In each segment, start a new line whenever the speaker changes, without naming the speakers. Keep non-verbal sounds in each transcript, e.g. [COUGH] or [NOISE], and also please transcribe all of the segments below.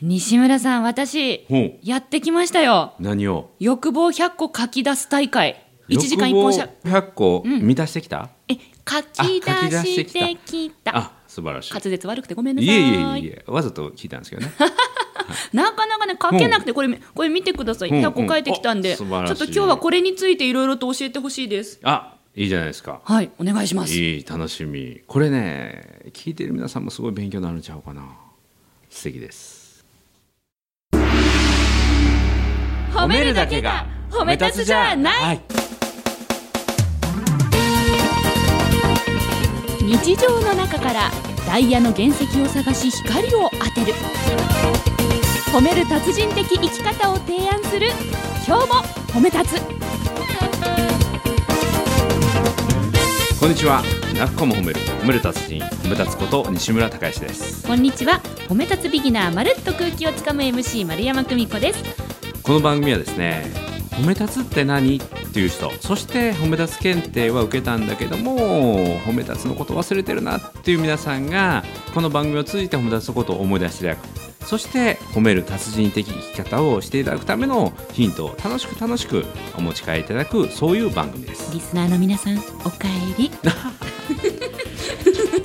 西村さん、私、
ほう
やってきましたよ。
何を
欲望100個書き出す大会。1時間1本しゃ
欲。望100個満たしてきた、
え、書き出して
あ書
きた。
あ素晴らしい
滑舌悪くてごめんなさ
い
い。
えいえいえいえわざと聞いたんですけどね
なかなかね書けなくてこれこれ見てください
うんうん
100個書いてきたんで
あ
ち
素
ょ
晴ら
っ
しい
と今日はこれについていろいろと教えてほしいです
あいいじゃないです
[LAUGHS]
か
はいお願いします
いい楽しみこれね聞いてる皆さんもすごい勉強になるんちゃうかな素敵です
褒めるだけが褒め立つじゃない
はい
日常の中からダイヤの原石を探し光を当てる褒める達人的生き方を提案する今日も褒め立つ
こんにちは泣く子も褒める褒める達人褒め立つこと西村孝之です
こんにちは褒め立つビギナーまるっと空気をつかむ MC 丸山久美子です
この番組はですね褒め立つって何っていう人そして褒め立つ検定は受けたんだけども褒め立つのこと忘れてるなっていう皆さんがこの番組を通じて褒め立つのことを思い出していただくそして褒める達人的生き方をしていただくためのヒントを楽しく楽しくお持ち帰りいただくそういう番組です
[LAUGHS] リスナーの皆さんおかえり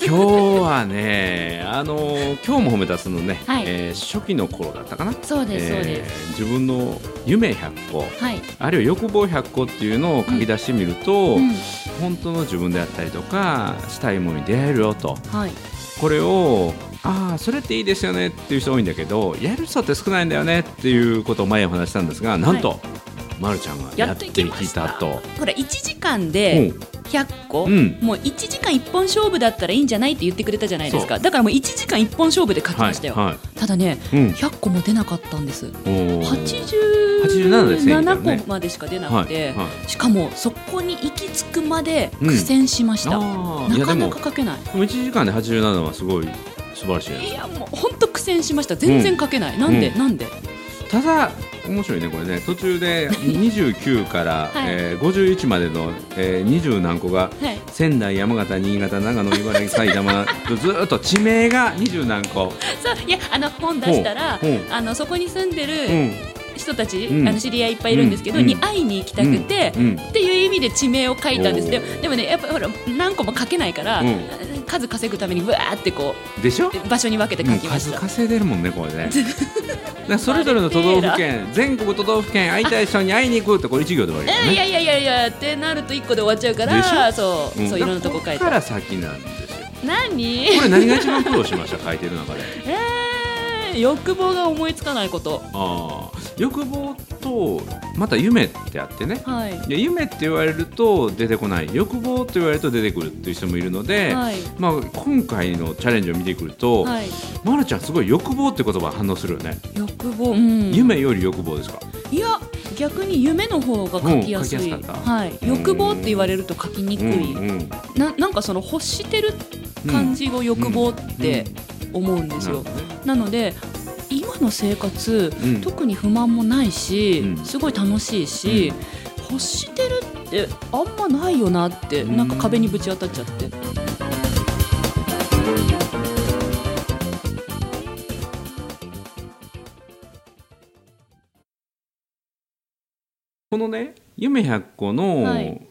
今日はねあの今日も褒め立つのね、
はい
えー初期の頃だったかな
そうですそう
え
です、
ー自分の夢100個
はい、
あるいは欲望100個っていうのを書き出してみると、
うん、
本当の自分であったりとかしたいものに出会えるよと
はい
これをああそれっていいですよねっていう人多いんだけどやる人って少ないんだよねっていうことを前お話したんですがなんと、まるちゃんがや
や
っ
ってて
き
きました
たと。
ほら1時間で100個、
うん
もう1時間1本勝負だったらいいんじゃないって言ってくれたじゃないですかだからもう1時間1本勝負で書き
は
ま
い
したよ、
は
ただね
いうん
100個も出なかったんです
おー87ですね
87個までしか出なくて、
はい
しかもそこに行き着くまで苦戦しました、
あーい
な
や
か
で
な
も
か書けない
1時間で87はすごい素晴らしい
い
で
やもう本当苦戦しました全然書けない、なんで、
うん
なんです
ただ面白いねこれね途中で29から、
[LAUGHS] はい
えー、51までの、えー、20何個が
はい
仙台、山形、新潟、長野、茨城、埼玉 [LAUGHS] とずーっと地名が二十何個。
[LAUGHS] そういやあの本出したら
ほうほう
あのそこに住んで
う
る
ん、
人たち、
うん
あの知り合いいっぱいいるんですけど、
うん
に会いに行きたくて、
うんうん
っていう意味で地名を書いたんです
おー
でもでもねやっぱほら何個も書けないから、
うん
数稼ぐためにわーってこ
でしょ？
う場所に分けて
も
書
う
きまし
数
た。
稼いでるもんねこれね。
[LAUGHS]
なそれぞれの都道府県、全国都道府県会いたい人に会いに行くってこれ一行で終わりだよ
えーい
ね。
やいやいやいやってなると一個で終わっちゃうか
でしょ
らそう、
うん
そういろんなとこ書い
だか
て
ら先なんですよ。
何
これ何が一番苦労しました書いてる中で。
えー、欲望が思いつかないこと
ああ欲望とまた夢ってあってね。
はい
で夢って言われると出てこない欲望って言われると出てくるっていう人もいるので、
はい
まあ、今回のチャレンジを見てくると、
はい
まるちゃんすごい欲望って言葉反応するよね、
欲望、うん、
夢より欲望ですか
いや逆に夢の方が書きやすい、
うん書きやすかった
はい、欲望って言われると書きにくい、
うんうん
ななんかその欲してる感じを欲望って思うんですよ、
なるほどね
なので今の生活、
うん
特に不満もないし、
うん
すごい楽しいし、欲してるってあんまないよなって、
うん
なんか壁にぶち当たっちゃって
このね夢100個
は
の
い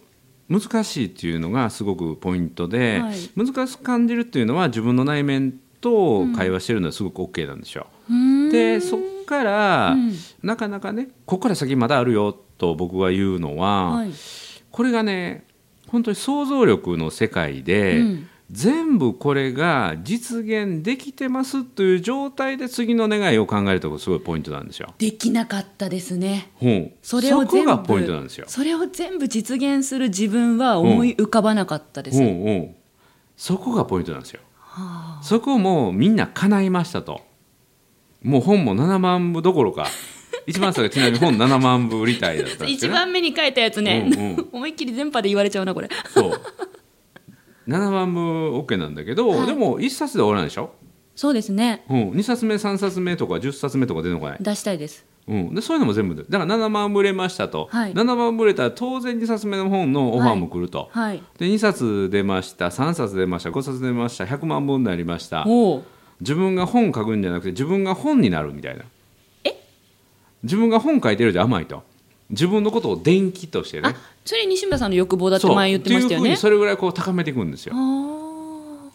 難しいっていうのがすごくポイントで、
はい
難しく感じるっていうのは自分の内面と会話してるのはすごく OK なんでしょ
うーん
でそっから、
うん
なかなかねここから先まだあるよと僕が言うのは、
はい
これがね本当に想像力の世界で、
うん
全部これが実現できてますという状態で次の願いを考えるとこすごいポイントなんですよ。
できなかったですね
ほう
それを全
こ
部
がポイントなんですよ。
それを全部実現する自分は思い浮かばなかったです、
ほうほうそこがポイントなんですよ。
はあ
そこもみんな叶いましたと。もう本も7万部どころ
[LAUGHS]
か一番最初ちなみに本7万部売りたいだったんです
一
よ、ね。
番目に書いたやつね、
うんうん
[LAUGHS] 思いっきり全波で言われちゃうなこれ
そう7万部 OK なんだけど、
はい
でも1冊で終わらないでしょ、
そうですね
うん、2冊目3冊目とか10冊目とか出るのかない、
出したいです
うん、でそういうのも全部でだから7万部売れましたと、
はい
7万部売れたら当然2冊目の本のオファーも来ると、
はい
で2冊出ました3冊出ました5冊出ました100万部になりました
おお
自分が本書くんじゃなくて自分が本になるみたいな
え
自分が本書いてるじゃ甘いと自分のことを伝記としてね
あそれ西村さんの欲望だって
そう
前言ってましたよ
っていうふう
ね
にそれぐらいこう高めていくんですよ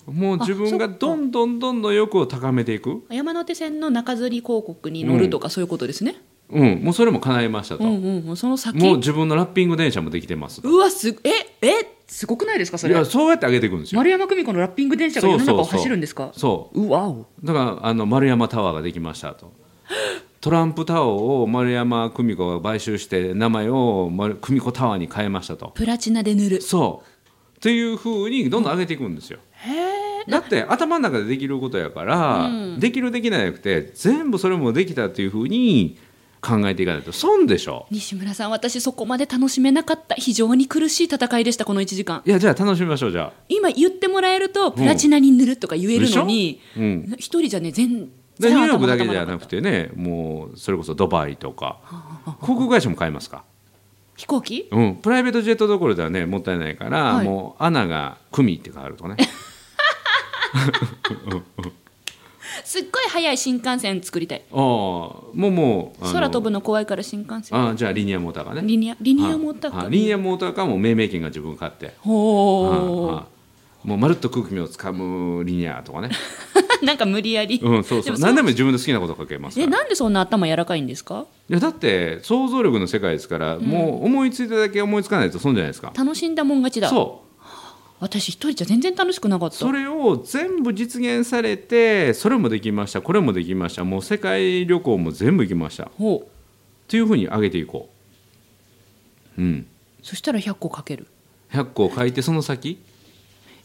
あ
もう自分が
あそっか
どんどんどんどん欲を高めていく
あ山手線の中吊り広告に乗るとかそういうことですね、
うんもうそれも叶えました
う
と、
ん、うんうんその先
もう自分のラッピング電車もできてます
うわすごええすごくないですかそ
い
れ
やそうやって上げていくんですよ
丸山久美子のラッピング電車が世の中を走るんですかう
そう
わお
だからあの丸山タワーができまし
[LAUGHS]
たとトランプタワーを丸山久美子が買収して名前を丸久美子タワーに変えましたと
プラチナで塗る
そうっていうふうにどんどん上げていくんですよ、
へえ
だって頭の中でできることやから、
うん
できるできないじゃなくて全部それもできたっていうふうに考えていかないと損でしょ
西村さん私そこまで楽しめなかった非常に苦しい戦いでしたこの1時間
いやじゃあ楽しみましょうじゃあ、
今言ってもらえるとプラチナに塗るとか言えるのに
うん、
な一人じゃね全
でニューヨーク
頭
だ
が
け
頭
じ
が
ゃなくてねもうそれこそドバイとか航空会社も買いますか、
飛行機
うん、プライベートジェットどころではねもったいないから、
はい
もうアナがクミって変わるとね
すっごい速い新幹線作りたい
ああもうもうあの
空飛ぶの怖いから新幹線
ああじゃあリニアモーターがね
リニアリニアモーター
はいは
か
いリニアモーターかもう命名権が自分買って
ほ
はい
ー
はいもうまるっと空気をつかむリニア
[LAUGHS]
とかね、
なんか無理やり、
うん、そう
で
そ
もそう
う何でも自分の好きなこと書けますか
え
ら
なんでそんな頭柔らかいんですか
いやだって想像力の世界ですから、もう思いついただけ思いつかないと損じゃないですか
楽しんだもん勝ちだ
そう
私一人じゃ全然楽しくなかった
それを全部実現されてそれもできましたこれもできましたもう世界旅行も全部行きました
ほう
というふうに上げていこう、うん、
そしたら100個かける
100個を書いてその先、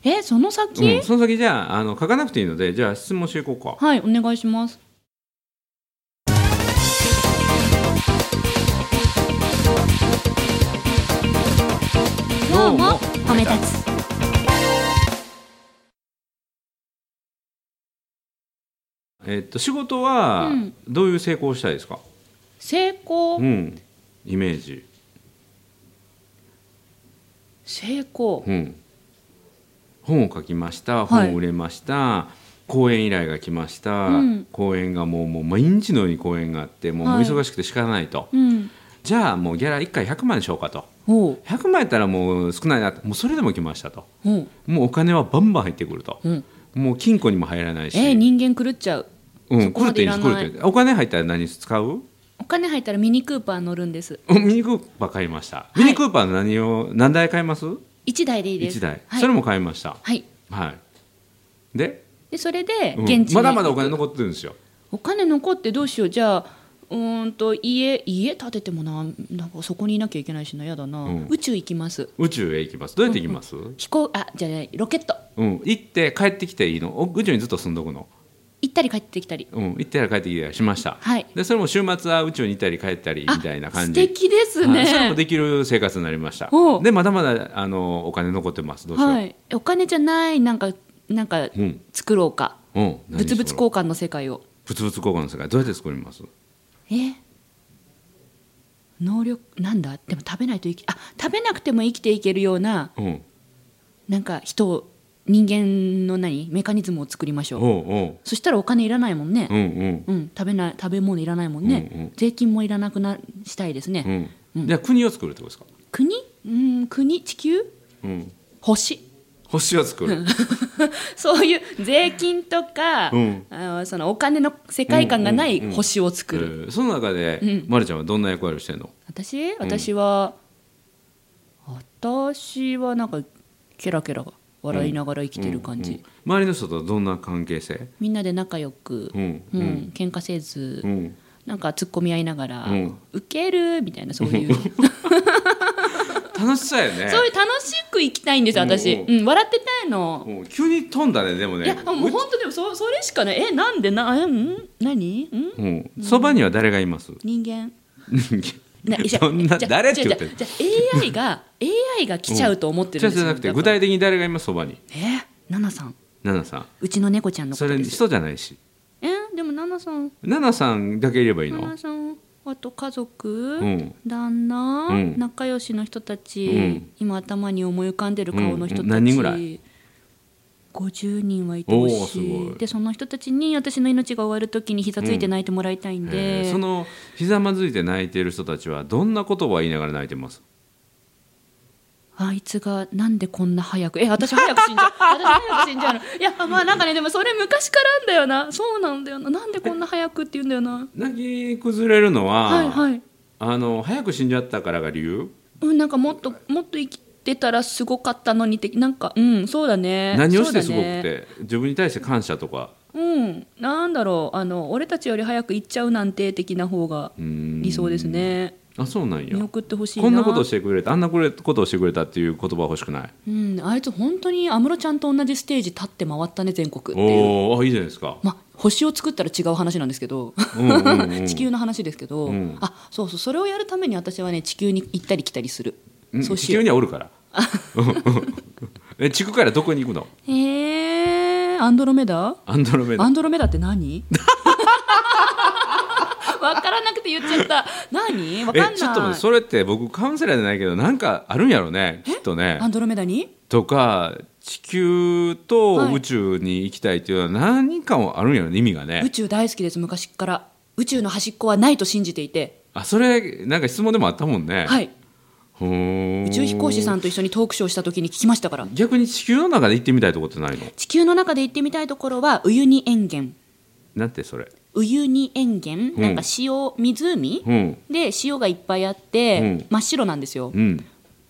えその
う
先、
ん、その先じゃああの書かなくていいのでじゃあ質問していこうか
はいお願いします
どうも
褒め立つ
えっと仕事は
うん
どういう成功をしたいですか、
成功、
うん、イメージ、
成功
うん、本を書きました
はい
本を売れました、講演依頼が来ました、
うん
講演がもうもう毎日のように講演があってもう
はい
忙しくて仕方ないと、
うん
じゃあもうギャラ1回100万にしようかと
ほう
100万やったらもう少ないなともうそれでも来ましたと
ほう
もうお金はバンバン入ってくると
うん
もう金庫にも入らないし、
えー人間狂っちゃう
うん
そこ
来る
ま
っ
で
てい
い
いで
ら
す
ない
来るっていいですお金入ったら何に使う [LAUGHS]
お金入ったらミニクーパー乗るんです
うんミニクーパー買いました、
い
ミニクーパーの何を何台買います
1台でいいです
?1 台、
はい、
それも買いました
はい
はいで、
でそれで
うん
現地に、
まだまだお金残ってるんですよ
お金残ってどうしようじゃあうーんと家家建ててもななんかそこにいなきゃいけないしなやだな、
うん
宇宙行きます
宇宙へ行きますどうやって行きます、うん
飛行あじゃないロケット
行って帰ってきていいのお宇宙にずっと住んどくの、
行ったり帰ってきたり
うん、行ったら帰ってきたりしました
はい
でそれも週末は宇宙に行ったり帰ったりみたいな感じ
あ素敵です
はいそれも
ね
できる生活になりました
おう
でまだまだあのお金残ってますどうしよう、
はいお金じゃないなんかなんか
うん
作ろうか、
うん
物々
何しろ
交換の世界を
物々交換の世界どうやって作ります
え能力なんだでも食べないと生きあ食べなくても生きていけるような
うん
なんか人を人間の何メカニズムを作りましょう
おうおう
そしたらお金いらないもんね、
うんうん
うん、食べない食べ物いらないもんね、
うんうん
税金もいらなくなしたいですね、
うん、
うん
じゃあ国を作るってことですか、
国うん国地球
うん、
星 [LAUGHS]
星を作る、
そういう税金とか、
うん
あのそのお金の世界観がな
うんうん
い
うん
星を [LAUGHS]
え
作る、
ーその中で、
うん
まるちゃんはどんな役割をしてるの
私私は、私はなんかケラケラ笑いながら生きてる感じ、
うんうん周りの人とどんな関係性
みんなで仲良く、
うん
う
うんん
喧嘩せず、
うん
なんか突っ込み合いながら、
うん
ウケるみたいなそう
[LAUGHS]
いう
楽しそうやね
そういう楽しく生きたいんですよ私、
うん
うん笑ってたいの、
うん急に飛んだねでもね
いやもう本当でもそそれしかないえなんでなえん何ん
うんそばには誰がいます
人間
人間
な
そんな誰って言ってんの
じゃじゃじゃ AI が AI が来ちゃうと思って
じ
る
ゃ
ん
あ
です
じ
よ
ゃなくて
だ
具
から
体的に誰がいますそばに
えナナさん
奈々さ
うちの猫ちゃん
ん
のこ
そ
と
れ
です
人じゃないし
えでもナナさん
奈々さんだけいればいい
ナ
の
ナさんあと家族、
うん
旦那、
うん
仲良しの人たち、
うん
今頭に思い浮かんでる顔の人たち、
うん何人ぐらい
50人はいてほ
おーす
し
ご
い
い
でその人たちに私の命が終わる時に膝ついて泣いてもらいたいんで、
えーそのひざまずいて泣いている人たちはどんな言葉を言いながら泣いてます
あいつがなんでこんな早くえ私早く死んじゃう [LAUGHS] 私早く死んじゃうのいやまあなんかねでもそれ昔からんだよなそうなんだよななんでこんな早くって言うんだよな
泣き崩れるのは、
はいはい
あの早く死んじゃったからが理由
うんなんかもっともっと生きてたらすごかったのにってなんかうんそうだね
何をしてすご
そ
く
うだね
て、自分に対して感謝とか
うんなんだろうあの俺たちより早く行っちゃうなんて的な方が理
理
想ですね
あそうなん
見
や
送ってほしいな
こんなことをしてくれたあんなことをしてくれたっていう言葉は欲しくない
うん、あいつ本当に安室ちゃんと同じステージ立って回ったね全国っていう
おおーあいいじゃないですか、
まあ星を作ったら違う話なんですけど
うんうんう
[LAUGHS]
ん
地球の話ですけど、
うん
あそうそうそれをやるために私はね地球に行ったり来たりする、
うん
そう
地
しよ
球
う
にはおるから
[LAUGHS]
[LAUGHS] え地球からどこに行くの
へえアンドロメダ
アンドロメ
ア
ダ
ンドロメダって何 [LAUGHS] わからなくて言っちゃった何わ
え
かん
ちょっと待っ
な
て
い
それって僕カウンセラーじゃないけどなんかあるんやろねきっとね
アンドロメダに
とか地球
は
と
い
宇宙に行きたいっていうのは何かもあるんやろね意味が
宇
ね
宙大好きです昔っから宇宙の端っこはないと信じていて
あそれなんか質問でもあったもんね、
はい
ほー
宇宙飛行士さんと一緒にトークショーした時に聞きましたから
逆に地球の中で行ってみたいとこってないの
地球の中で行ってみたいところはウユニ塩原
なんてそれ
ウユニ塩原、
うん
なんか塩湖、
うん
で塩がいっぱいあって、
うん
真っ白なんですよ
うん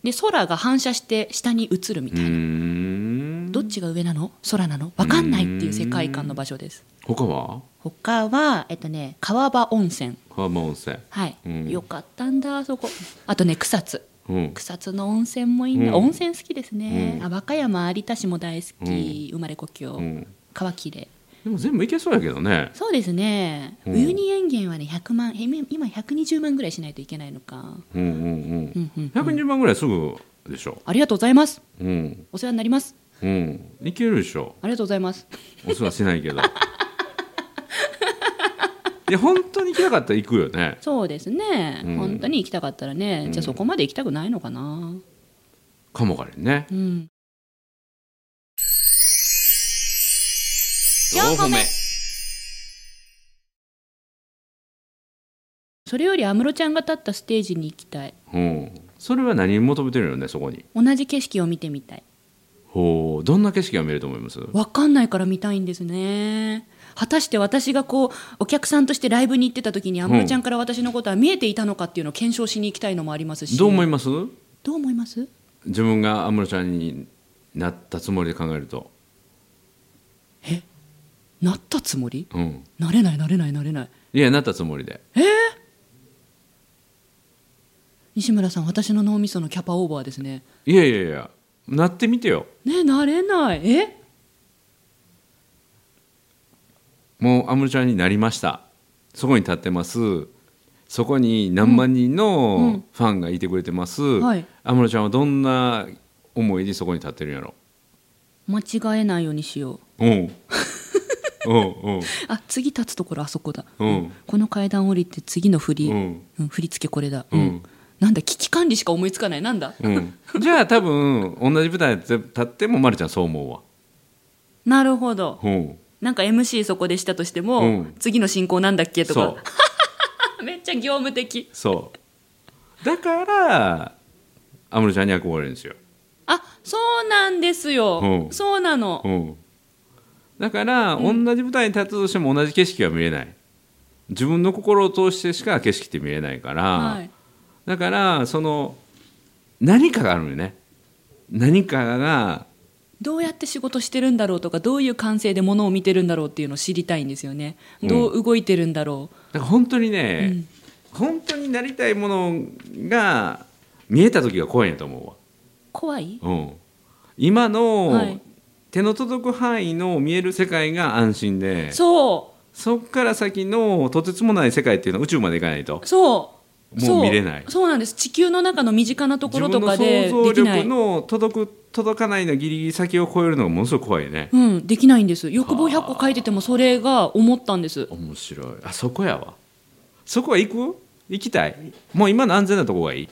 で空が反射して下に映るみ
う
たいな、
ーん
どっちが上なの空なの分かんないっていう世界観の場所です
他は
他はえっとね川場温泉
川場温泉
はい、
うん
よかったんだあそこあとね草津
うん
草津の温泉もいいな、
うん
温泉好きですね、
うん
あ和歌山有田市も大好き、生まれ故郷、
うん
川きれい
でも全部いけそうやけどね
そうですね、
うん
ウユニ塩原はね100万へ今120万ぐらいしないといけないのか、う
うんうんうん
んうんうん
120万ぐらいすぐでしょ
ありがとうございます
うん
お世話になります
うんいけるでしょ
ありがとうございます
お世話しないけどいや本当に行きたかったら行くよね
そうですね、
うん
本当に行きたかったらね、じゃあそこまで行きたくないのかな
かもかれんね
うん
4歩目
それより安室ちゃんが立ったステージに行きたい
うんそれは何に求めてるよねそこに
同じ景色を見てみたい
ほうどんな景色が見えると思います
わかんないから見たいんですね果たして私がこうお客さんとしてライブに行ってた時に安室ちゃんから私のことは見えていたのかっていうのを検証しに行きたいのもありますし
どう思います
どう思います
自分が安室ちゃんになったつもりで考えると
なったつもり
うん
なれないなれないなれない
いやなったつもりで
西村さん私の脳みそのキャパオーバーですね
いやいやいやなってみてよ
ねなれないえ
もう安室ちゃんになりましたそこに立ってますそこに何万人
うんうん
のファンがいてくれてます、
はい
安室ちゃんはどんな思いでそこに立ってるんやろ
間違えないようにしよう
うん
[LAUGHS]
うん
あ次立つところあそこだ、
うん
この階段降りて次の振り、う
う
ん
ん
振り付けこれだ、
うん
なんだ危機管理しか思いつかないなんだ、
うん、うん、じゃあ多分同じ舞台で立ってもまるちゃんそう思うわ
なるほど
うん
なんか MC そこでしたとしても、
うん
次の進行なんだっけと
そう
か [LAUGHS] めっちゃ業務的
そうだから安室ちゃんに憧れるんですよ、
あそうなんですよ、
うん
そうなの、
うん、だから、同じ舞台に立つとしても同じ景色は見えない自分の心を通してしか景色って見えないから、
はい、
だからその何かがあるのよね何かが
どうやって仕事してるんだろうとかどういう感性でものを見てるんだろうっていうのを知りたいんですよねどう動いてるんだろう、
だから本当にね、
うん
本当になりたいものが見えた時が怖いんやと思うわ
怖い
うん、今の、
はい
手の届く範囲の見える世界が安心で
そ
そっから先のとてつもない世界っていうのは宇宙まで行かないと
うそう
もう見れない
そうそうなんです地球の中の身近なとこ
自
ろと
分の
かで
想
で
像
きない
力の届く届かないのギリギリ先を超えるのがものすごく怖いね
うん、できないんです欲望100個書いててもそれが思ったんです
面白いあそこやわそこは行く行きたいもう今の安全なとこがいい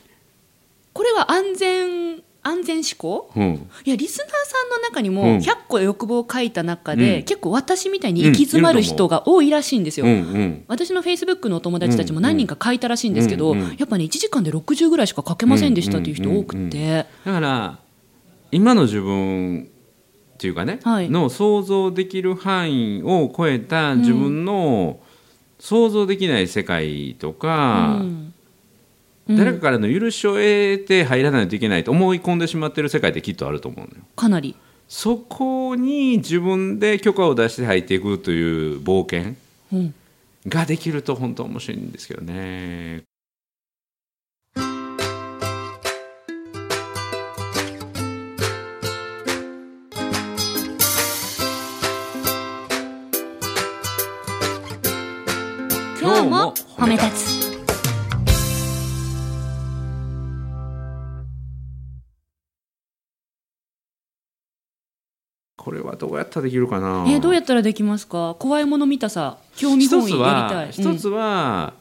これは安全安全志向
うん、
いやリスナーさんの中に
うん
も100個欲望を書いた中で、
うん
結構私みたいに行き詰ま
う
る
んいると思
人
う
が多いらしいんですよ。
うんうん
私のフェイスブックのお友達たちも何人か書いたらしいんですけど、
うんうん
やっぱね1時間で60ぐらいしか書けませんでしたっていう人多くて、
だから今の自分っていうかね、
はい
の想像できる範囲を超えた自分の想像できない世界とか、
うん
誰かからの許しを得て入らないといけないと思い込んでしまってる世界ってきっとあると思うのよ。
かなり、
そこに自分で許可を出して入っていくという冒険
うん
ができると本当面白いんですけどね。
今日も褒め立つ
これはどうやったらできるかな。
えーどうやったらできますか怖いもの見たさ興味
一
本
つ
位や
は
りたい
一つは、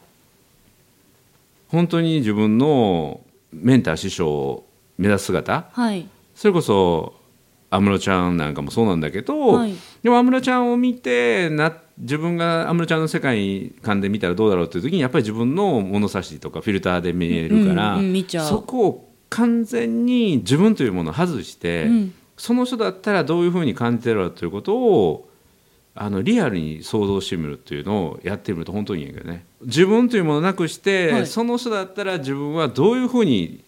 本当に自分のメンター師匠を目指す姿
うんはい
それこそ安室ちゃんなんかもそうなんだけど、
はい
でも安室ちゃんを見てな自分が安室ちゃんの世界観で見たらどうだろうっていう時にやっぱり自分の物差しとかフィルターで見えるから、
うんうん見ちゃう
そこを完全に自分というものを外して、
うん
その人だったらどういうふうに感じてるだろうということをあのリアルに想像してみるっていうのをやってみると本当にいいんやけどね自分というものをなくして、
はい
その人だったら自分はどういうふうに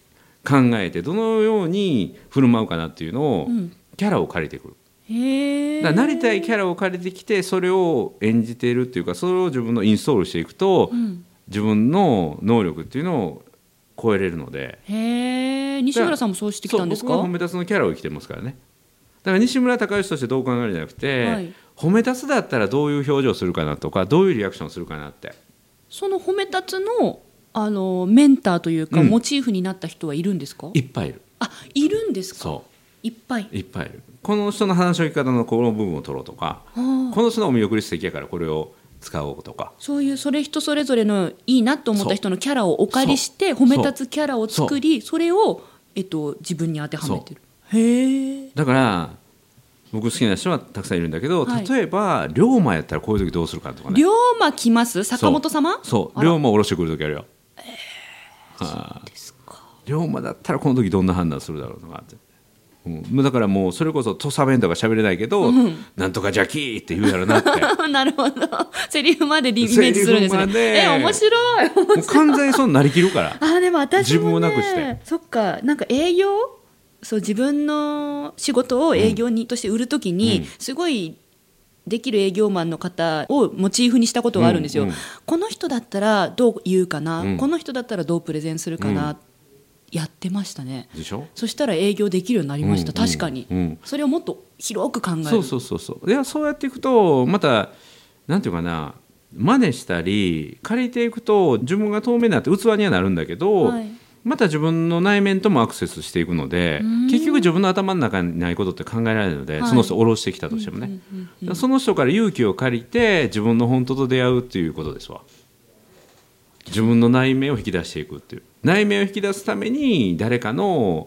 考えてどのように振る舞うかなっていうのを、
うん
キャラを借りてくる
へえ
だからなりたいキャラを借りてきてそれを演じているっていうかそれを自分のインストールしていくと、
うん
自分の能力っていうのを超えれるので
へえ西村さんもそうしてきたんですか
そう僕は褒め立つのキャラを生きてますからねだから西村隆之としてどう考えるんじゃなくて、
はい
褒め立つだったらどういう表情するかなとかどういうリアクションするかなって
その褒め立つのあのメンターというか、
うん
モチーフになった人はいるんですか
いっぱいいる
あいるんですか
そ
いっぱいう
いっぱいいるこの人の話の聞き方のこの部分を取ろうとか
ああ
この人のお見送り素敵やからこれを使おうとか
そういうそれ人それぞれのいいなと思った人のキャラをお借りして
そう
褒め立つキャラを作りそれを、えっと、自分に当てはめてるへえ
だから僕好きな人はたくさんいるんだけど、
はい
例えば龍馬やったらこういう時どうするかとかね
龍馬来ます坂本様
そう
あら
龍馬を下ろしてくる時あるよはあ
ですか
龍馬だったらこの時どんな判断するだろうとかって、うん、だからもうそれこそ土佐弁とか喋れないけど、なんとかジャキーって言うや
[LAUGHS]
ろなっても
なるほど。セリフまでリイメージするんです
セリフま
ね。
で
え、面白い。
う完全にそうなりきるから
あ、でも私
自分
も
をな
ね
くして。
そっか、なんか営業そう、自分の仕事を営業に、として売るときに、
うん
すごい、できる営業マンの方をモチーフにしたことがあるんですよ、
うんうん
この人だったらどう言うかな、
うん
この人だったらどうプレゼンするかな、
うん
やってましたね
でしょ
そしたら営業できるようになりました、
うんうん
確かに、
うん
それをもっと広く考える
そうそうそうそういやそうやっていくとまたなんていうかな真似したり借りていくと自分が透明になって器にはなるんだけど、
はい
また自分の内面ともアクセスしていくので結局自分の頭の中にないことって考えられるので、
はい
その人を下ろしてきたとしてもね、だからその人から勇気を借りて自分の本当と出会うっていうことですわ自分の内面を引き出していくっていう内面を引き出すために誰かの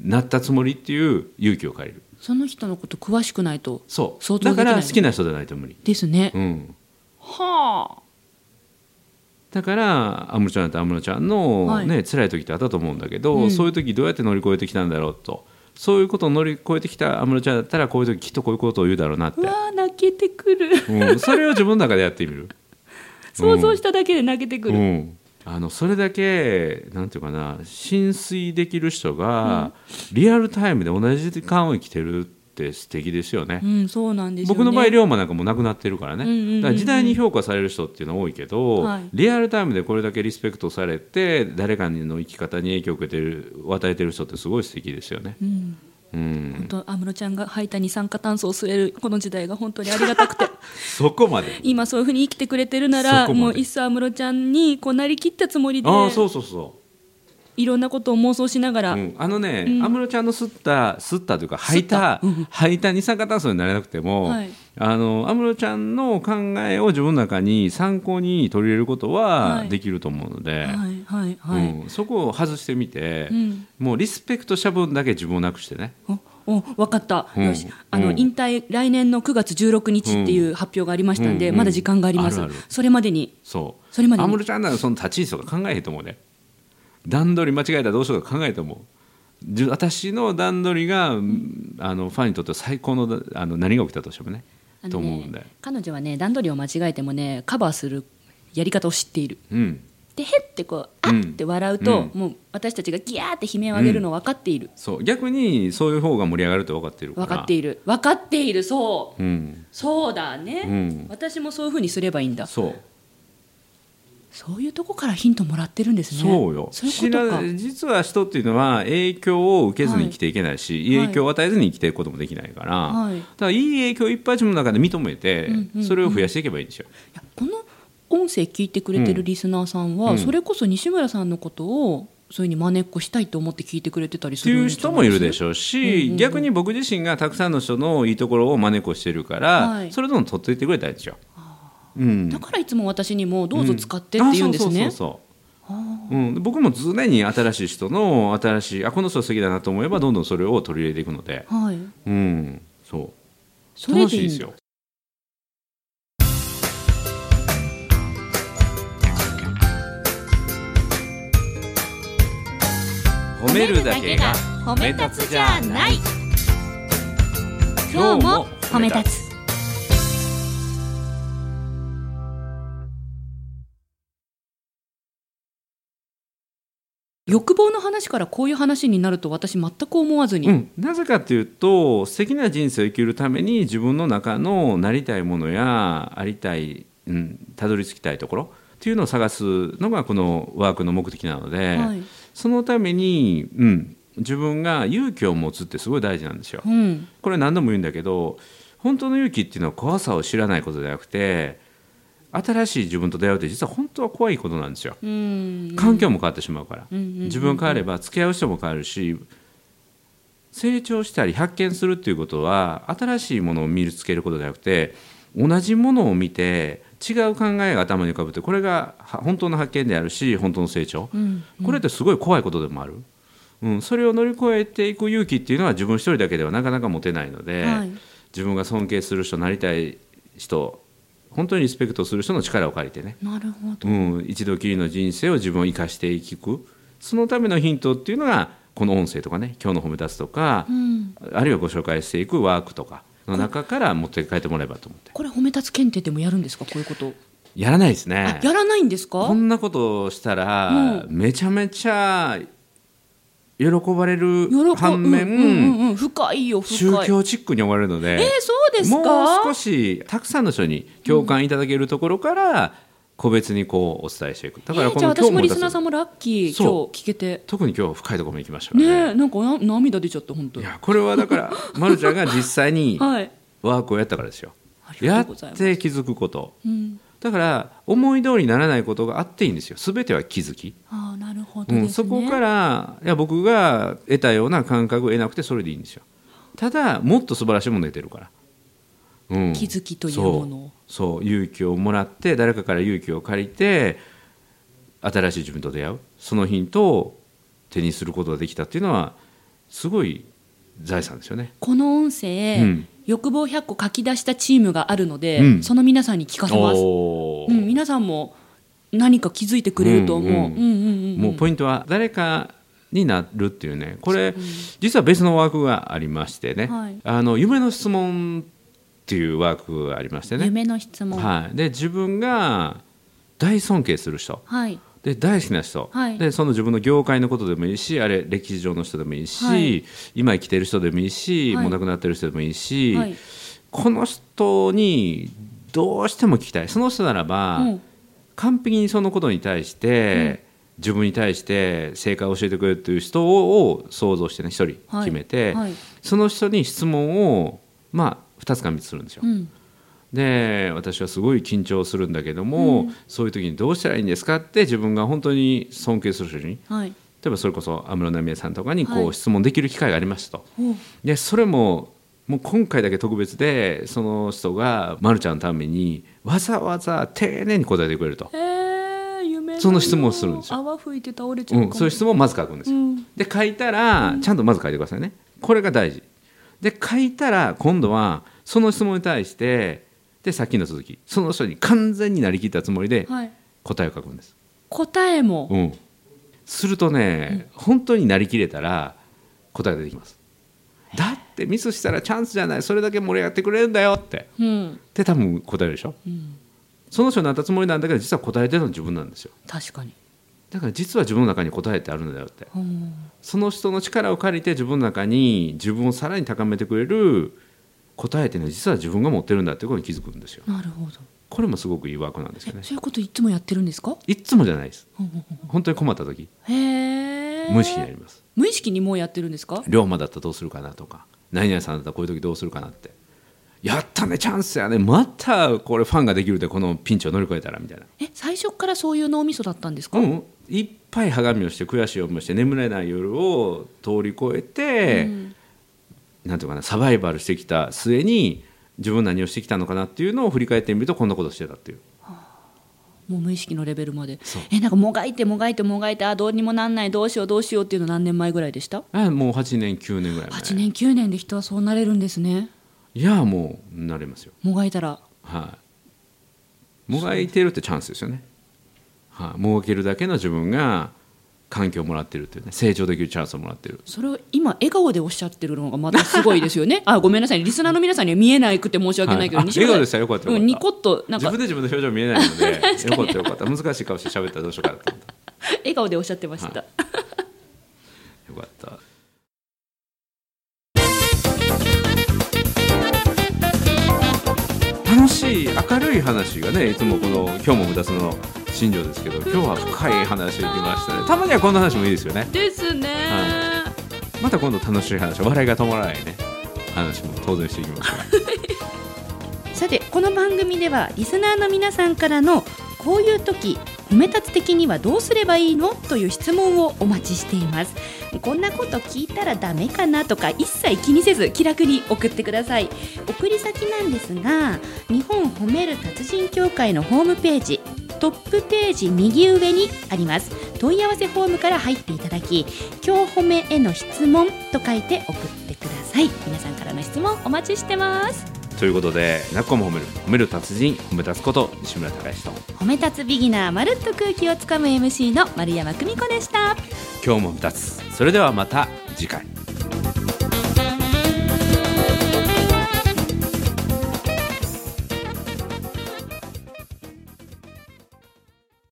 なったつもりっていう勇気を借りる
その人のこと詳しくないと
そ
相
う
当で
だ
きな
か
い
ら好きな人じゃないと無理、
ですね、
うん、
はあ
だから安室ちゃんだって安室ちゃんの、
はい
ね辛い時ってあったと思うんだけど、
うん
そういう時どうやって乗り越えてきたんだろうとそういうことを乗り越えてきた安室ちゃんだったらこういう時きっとこういうことを言うだろうなって
う、わあ泣けてくる
うん、それを自分の中でやってみる。
想像しただけで泣けてくる、
うん、あのそれだけなんていうかな浸水できる人が、リアルタイムで同じ時間を生きてるって素敵ですよね。
うん、そうなんですよ、ね、
僕の場合龍馬なんかもう亡くなってるからね、
うんうんうんうん
だから時代に評価される人っていうのは多いけど、
はい
リアルタイムでこれだけリスペクトされて誰かの生き方に影響を受けてるを与えてる人ってすごい素敵ですよね。
うん、
うん、
本当安室ちゃんが吐いた二酸化炭素を吸えるこの時代が本当にありがたくて
そこまで
今そういうふうに生きてくれてるな
そ
ら
こまで
もういっそ安室ちゃんにこうなりきったつもりで
ああそうそうそ
いろんなことを妄想しながら、
うんあのね、安室ちゃんの吸った吸ったというか吐いた吐いた二酸化炭素になれなくても、
はい
あの安室ちゃんの考えを自分の中に参考に取り入れること
は
はいできると思うので、
はいはいはい、
うん、そこを外してみて、
うん
もうリスペクトした分だけ自分をなくしてね
おお分かった、
うん
よしあの、
うん
引退来年の9月16日っていう発表がありましたんで、
うんうん
まだ時間があります、
あるある
それまでに
そう
それまでに
安室ちゃんならその立ち位置とか考えへんと思うね段取り間違えたらどうしようとか考えてもじゅ私の段取りが、あのファンにとっては最高のあの何が起きたとしてもね
あ
と
の
思うんで
ね、彼女はね段取りを間違えてもねカバーするやり方を知っている
うん
でへってこうあ
う
っ
ん
って笑うと、
うん
もう私たちがギャーって悲鳴を上げるの分かっている、
そう逆にそういう方が盛り上がるって分かってるから
分かっている分かっているそう
うん
そうだね、
うん
私もそういうふうにすればいいんだ
そう
そういうとこからヒントもらってるんですね
そうよ
そういうことか
知ら実は人っていうのは影響を受けずに生きていけないし、い、い
はい
影響を与えずに生きていくこともできないから、
はい
だからいい影響をいっぱい自分の中で認めて、
うんうんうん
それを増やしていけばいいんですよ。
いやこの音声聞いてくれてるリスナーさんは、
うん
それこそ西村さんのことをそういうふうにまねっこしたいと思って聞いてくれてたり
っ
す
て
る
い
ん
う
じゃ
人
な
もいるで
ょ
しょうし、
うんうん
逆に僕自身がたくさんの人のいいところを真似っこしてるから、
はい
それでも取っといてくれたんですよ。うん
だからいつも私にもどうぞ使ってって言うんです
あ
ね、
そうそうそうそううん、僕も常に新しい人の新しいあこの人素敵だなと思えばどんどんそれを取り入れていくので、
はい
うん、そう
それでい
楽しい
い
で
ん
す
だ
よ。褒めるだけが
褒
め立つじゃない
今日も褒め立
つ。
つ
欲望の話からこういう話になると私全く思わずに、
うん、なぜかというと素敵な人生を生きるために自分の中のなりたいものやありたい、うん、たどり着きたいところっていうのを探すのがこのワークの目的なので、
はい
そのために、うん、自分が勇気を持つってすごい大事なんですよ。
うん
これ何度も言うんだけど本当の勇気っていうのは怖さを知らないことじゃなくて新しい自分と出会うって実は本当は怖いことなんですよ。
うん
環境も変わってしまうから、
うんうんうん
自分変われば付き合う人も変わるし成長したり発見するっていうことは新しいものを見つけることじゃなくて同じものを見て違う考えが頭に浮かぶってこれがは本当の発見であるし本当の成長、
うん
これってすごい怖いことでもある、うん、それを乗り越えていく勇気っていうのは自分一人だけではなかなか持てないので、
はい
自分が尊敬する人なりたい人本当にリスペクトする人の力を借りてね
なるほど
うん、一度きりの人生を自分を生かしていくそのためのヒントっていうのがこの音声とかね「今日の褒め立つ」とか、
うん
あるいはご紹介していくワークとかの中から持って帰ってもらえばと思って
これ褒め立つ検定でもやるんですかこういうこと、
やらないです
あ
ね
やらないんですか
こんなことをしたら、めちゃめちゃ喜ばれる
喜ぶ
反
う
面、
んうんうん、深いよ深い
宗教チックに思われるので、
えー、そうですか
もう少したくさんの人に共感いただけるところから、個別にこうお伝えしていくだから
えー
こ
じゃ
の
あ
「
私
今日
も
も
リ
立
スナー
つ
さんもラッキー今
そ
日聞けて
特に今日は深いところも行きましたよ
ね
ね
えなんかな涙出ちゃった本当
い
に
やこれはだから [LAUGHS] まるちゃんが実際に
はい
ワークをやったからですよ
あり
や
がとうご
っ
ざいます
て気づくこと
うん、
だから思い通りにならないことがあっていいんですよ全ては気づき
ああなるほど
う
ですね、
ん、そこかららいや僕が得たような感覚を得なくてそれでいいんですよただもっと素晴らしいもの出てるから、うん、
気づきというものを
そうそう勇気をもらって誰かから勇気を借りて新しい自分と出会うそのヒントを手にすることができたっていうのはすごい財産ですよね
この音声、
うん
欲望100個書き出したチームがあるので、
うん
その皆さんに聞かせます、
お
う
ー
ん、皆さんも何か気づいてくれると思う,、うん
うんうん
うんうん
もうポイントは誰かになるっていうねこれ実は別のワークがありましてね、
はい
あの夢の質問っていうワークがありましてね、
夢の質問はい、
はい、で自分が大尊敬する人
はい
で大好きな人、
はい
でその自分の業界のことでもいいしあれ歴史上の人でもいいし、
はい
今生きてる人でもいいし、
はい
もう亡くなってる人でもいいし、この人にどうしても聞きたいその人ならば、
うん
完璧にそのことに対して、自分に対して正解を教えてくれるという人を想像してね一人
はい
決めて、
はい
その人に質問をまあ2つか3つするんですよ。
うん
で私はすごい緊張するんだけども、そういう時にどうしたらいいんですかって自分が本当に尊敬する人に
はい
例えばそれこそ安室奈美恵さんとかにこ
は
う
い
質問できる機会がありましたと、でそれももう今回だけ特別でその人がまるちゃんのためにわざわざ丁寧に答えてくれると、
えー、夢の
その質問をするんですよ
泡吹いて倒れちゃ
う
うかも、
ん、そういう質問をまず書くんですよ、
うん
で書いたらちゃんとまず書いてくださいねこれが大事で書いたら今度はその質問に対してでさっきの続きその人に完全になりきったつもりで
はい、
答えを書くんです、
答えも、
うん、するとね、本当になりきれたら答えが出てきますだってミスしたらチャンスじゃないそれだけ盛り上がってくれるんだよって
うん
で多分答えるでしょ
うん、
その人になったつもりなんだけど実は答えてるのは自分なんですよ
確かに、
だから実は自分の中に答えってあるんだよって
うん
その人の力を借りて自分の中に自分をさらに高めてくれる答えっていうのは実は自分が持ってるんだっていうことに気づくんですよ
なるほど
これもすごくいいワークなんですけどね
そういうこといつもやってるんですか
いっつもじゃないです
うんうん
本当に困った時
うんへえ
無意識になります
無意識にもうやってるんですか
龍馬だったらどうするかなとか何々さんだったらこういう時どうするかなってやったねチャンスやねまたこれファンができるでこのピンチを乗り越えたらみたいな
え最初からそういう脳みそだったんですか、
うん、いっぱいはがみをして悔しい思いをして眠れない夜を通り越えて、なんていうかなサバイバルしてきた末に自分何をしてきたのかなっていうのを振り返ってみるとこんなことしてたっていう
もう無意識のレベルまで
そう
えなんかもがいてもがいてもがいてあどうにもなんないどうしようどうしようっていうの何年前ぐらいでした
あもう8年9年ぐらい前
8年9年で人はそうなれるんですね
いやもうなれますよ
もがいたら
はいもがいてるってチャンスですよねはい、もがけるだけの自分が環境をもらってるっていうね成長できるチャンスをもらってる
それを今笑顔でおっしゃってるのがまたすごいですよ
[LAUGHS]
ねあごめんなさいリスナーの皆さんには見えないくて申し訳ないけど、
はいあ
西村さん
笑顔でしたよかったよかった
うん、ニコッとなん
自
か
分で自分の表情見えない
[LAUGHS]
のでよかったよかった難しい顔して喋ったらどうしようかなと思った
笑顔でおっしゃってました、
よかった。楽しい明るい話がねいつもこの「今日も無駄その新庄」ですけど今日は深い話できましたねたまにはこんな話もいいですよね
ですね、
はまた今度楽しい話笑いが止まらないね話も当然していきますから
さてこの番組ではリスナーの皆さんからのこういう時褒め立つ的にはどうすればいいのという質問をお待ちしていますこんなこと聞いたらダメかなとか一切気にせず気楽に送ってください送り先なんですが日本褒める達人協会のホームページトップページ右上にあります問い合わせフォームから入っていただき「今日褒めへの質問」と書いて送ってください皆さんからの質問お待ちしてます
ということで「なっこも褒める褒める達人褒め立つこと西村隆之と
褒め立つビギナーまるっと空気をつかむ MC の丸山久美子でした
今日も無駄つそれではまた次回。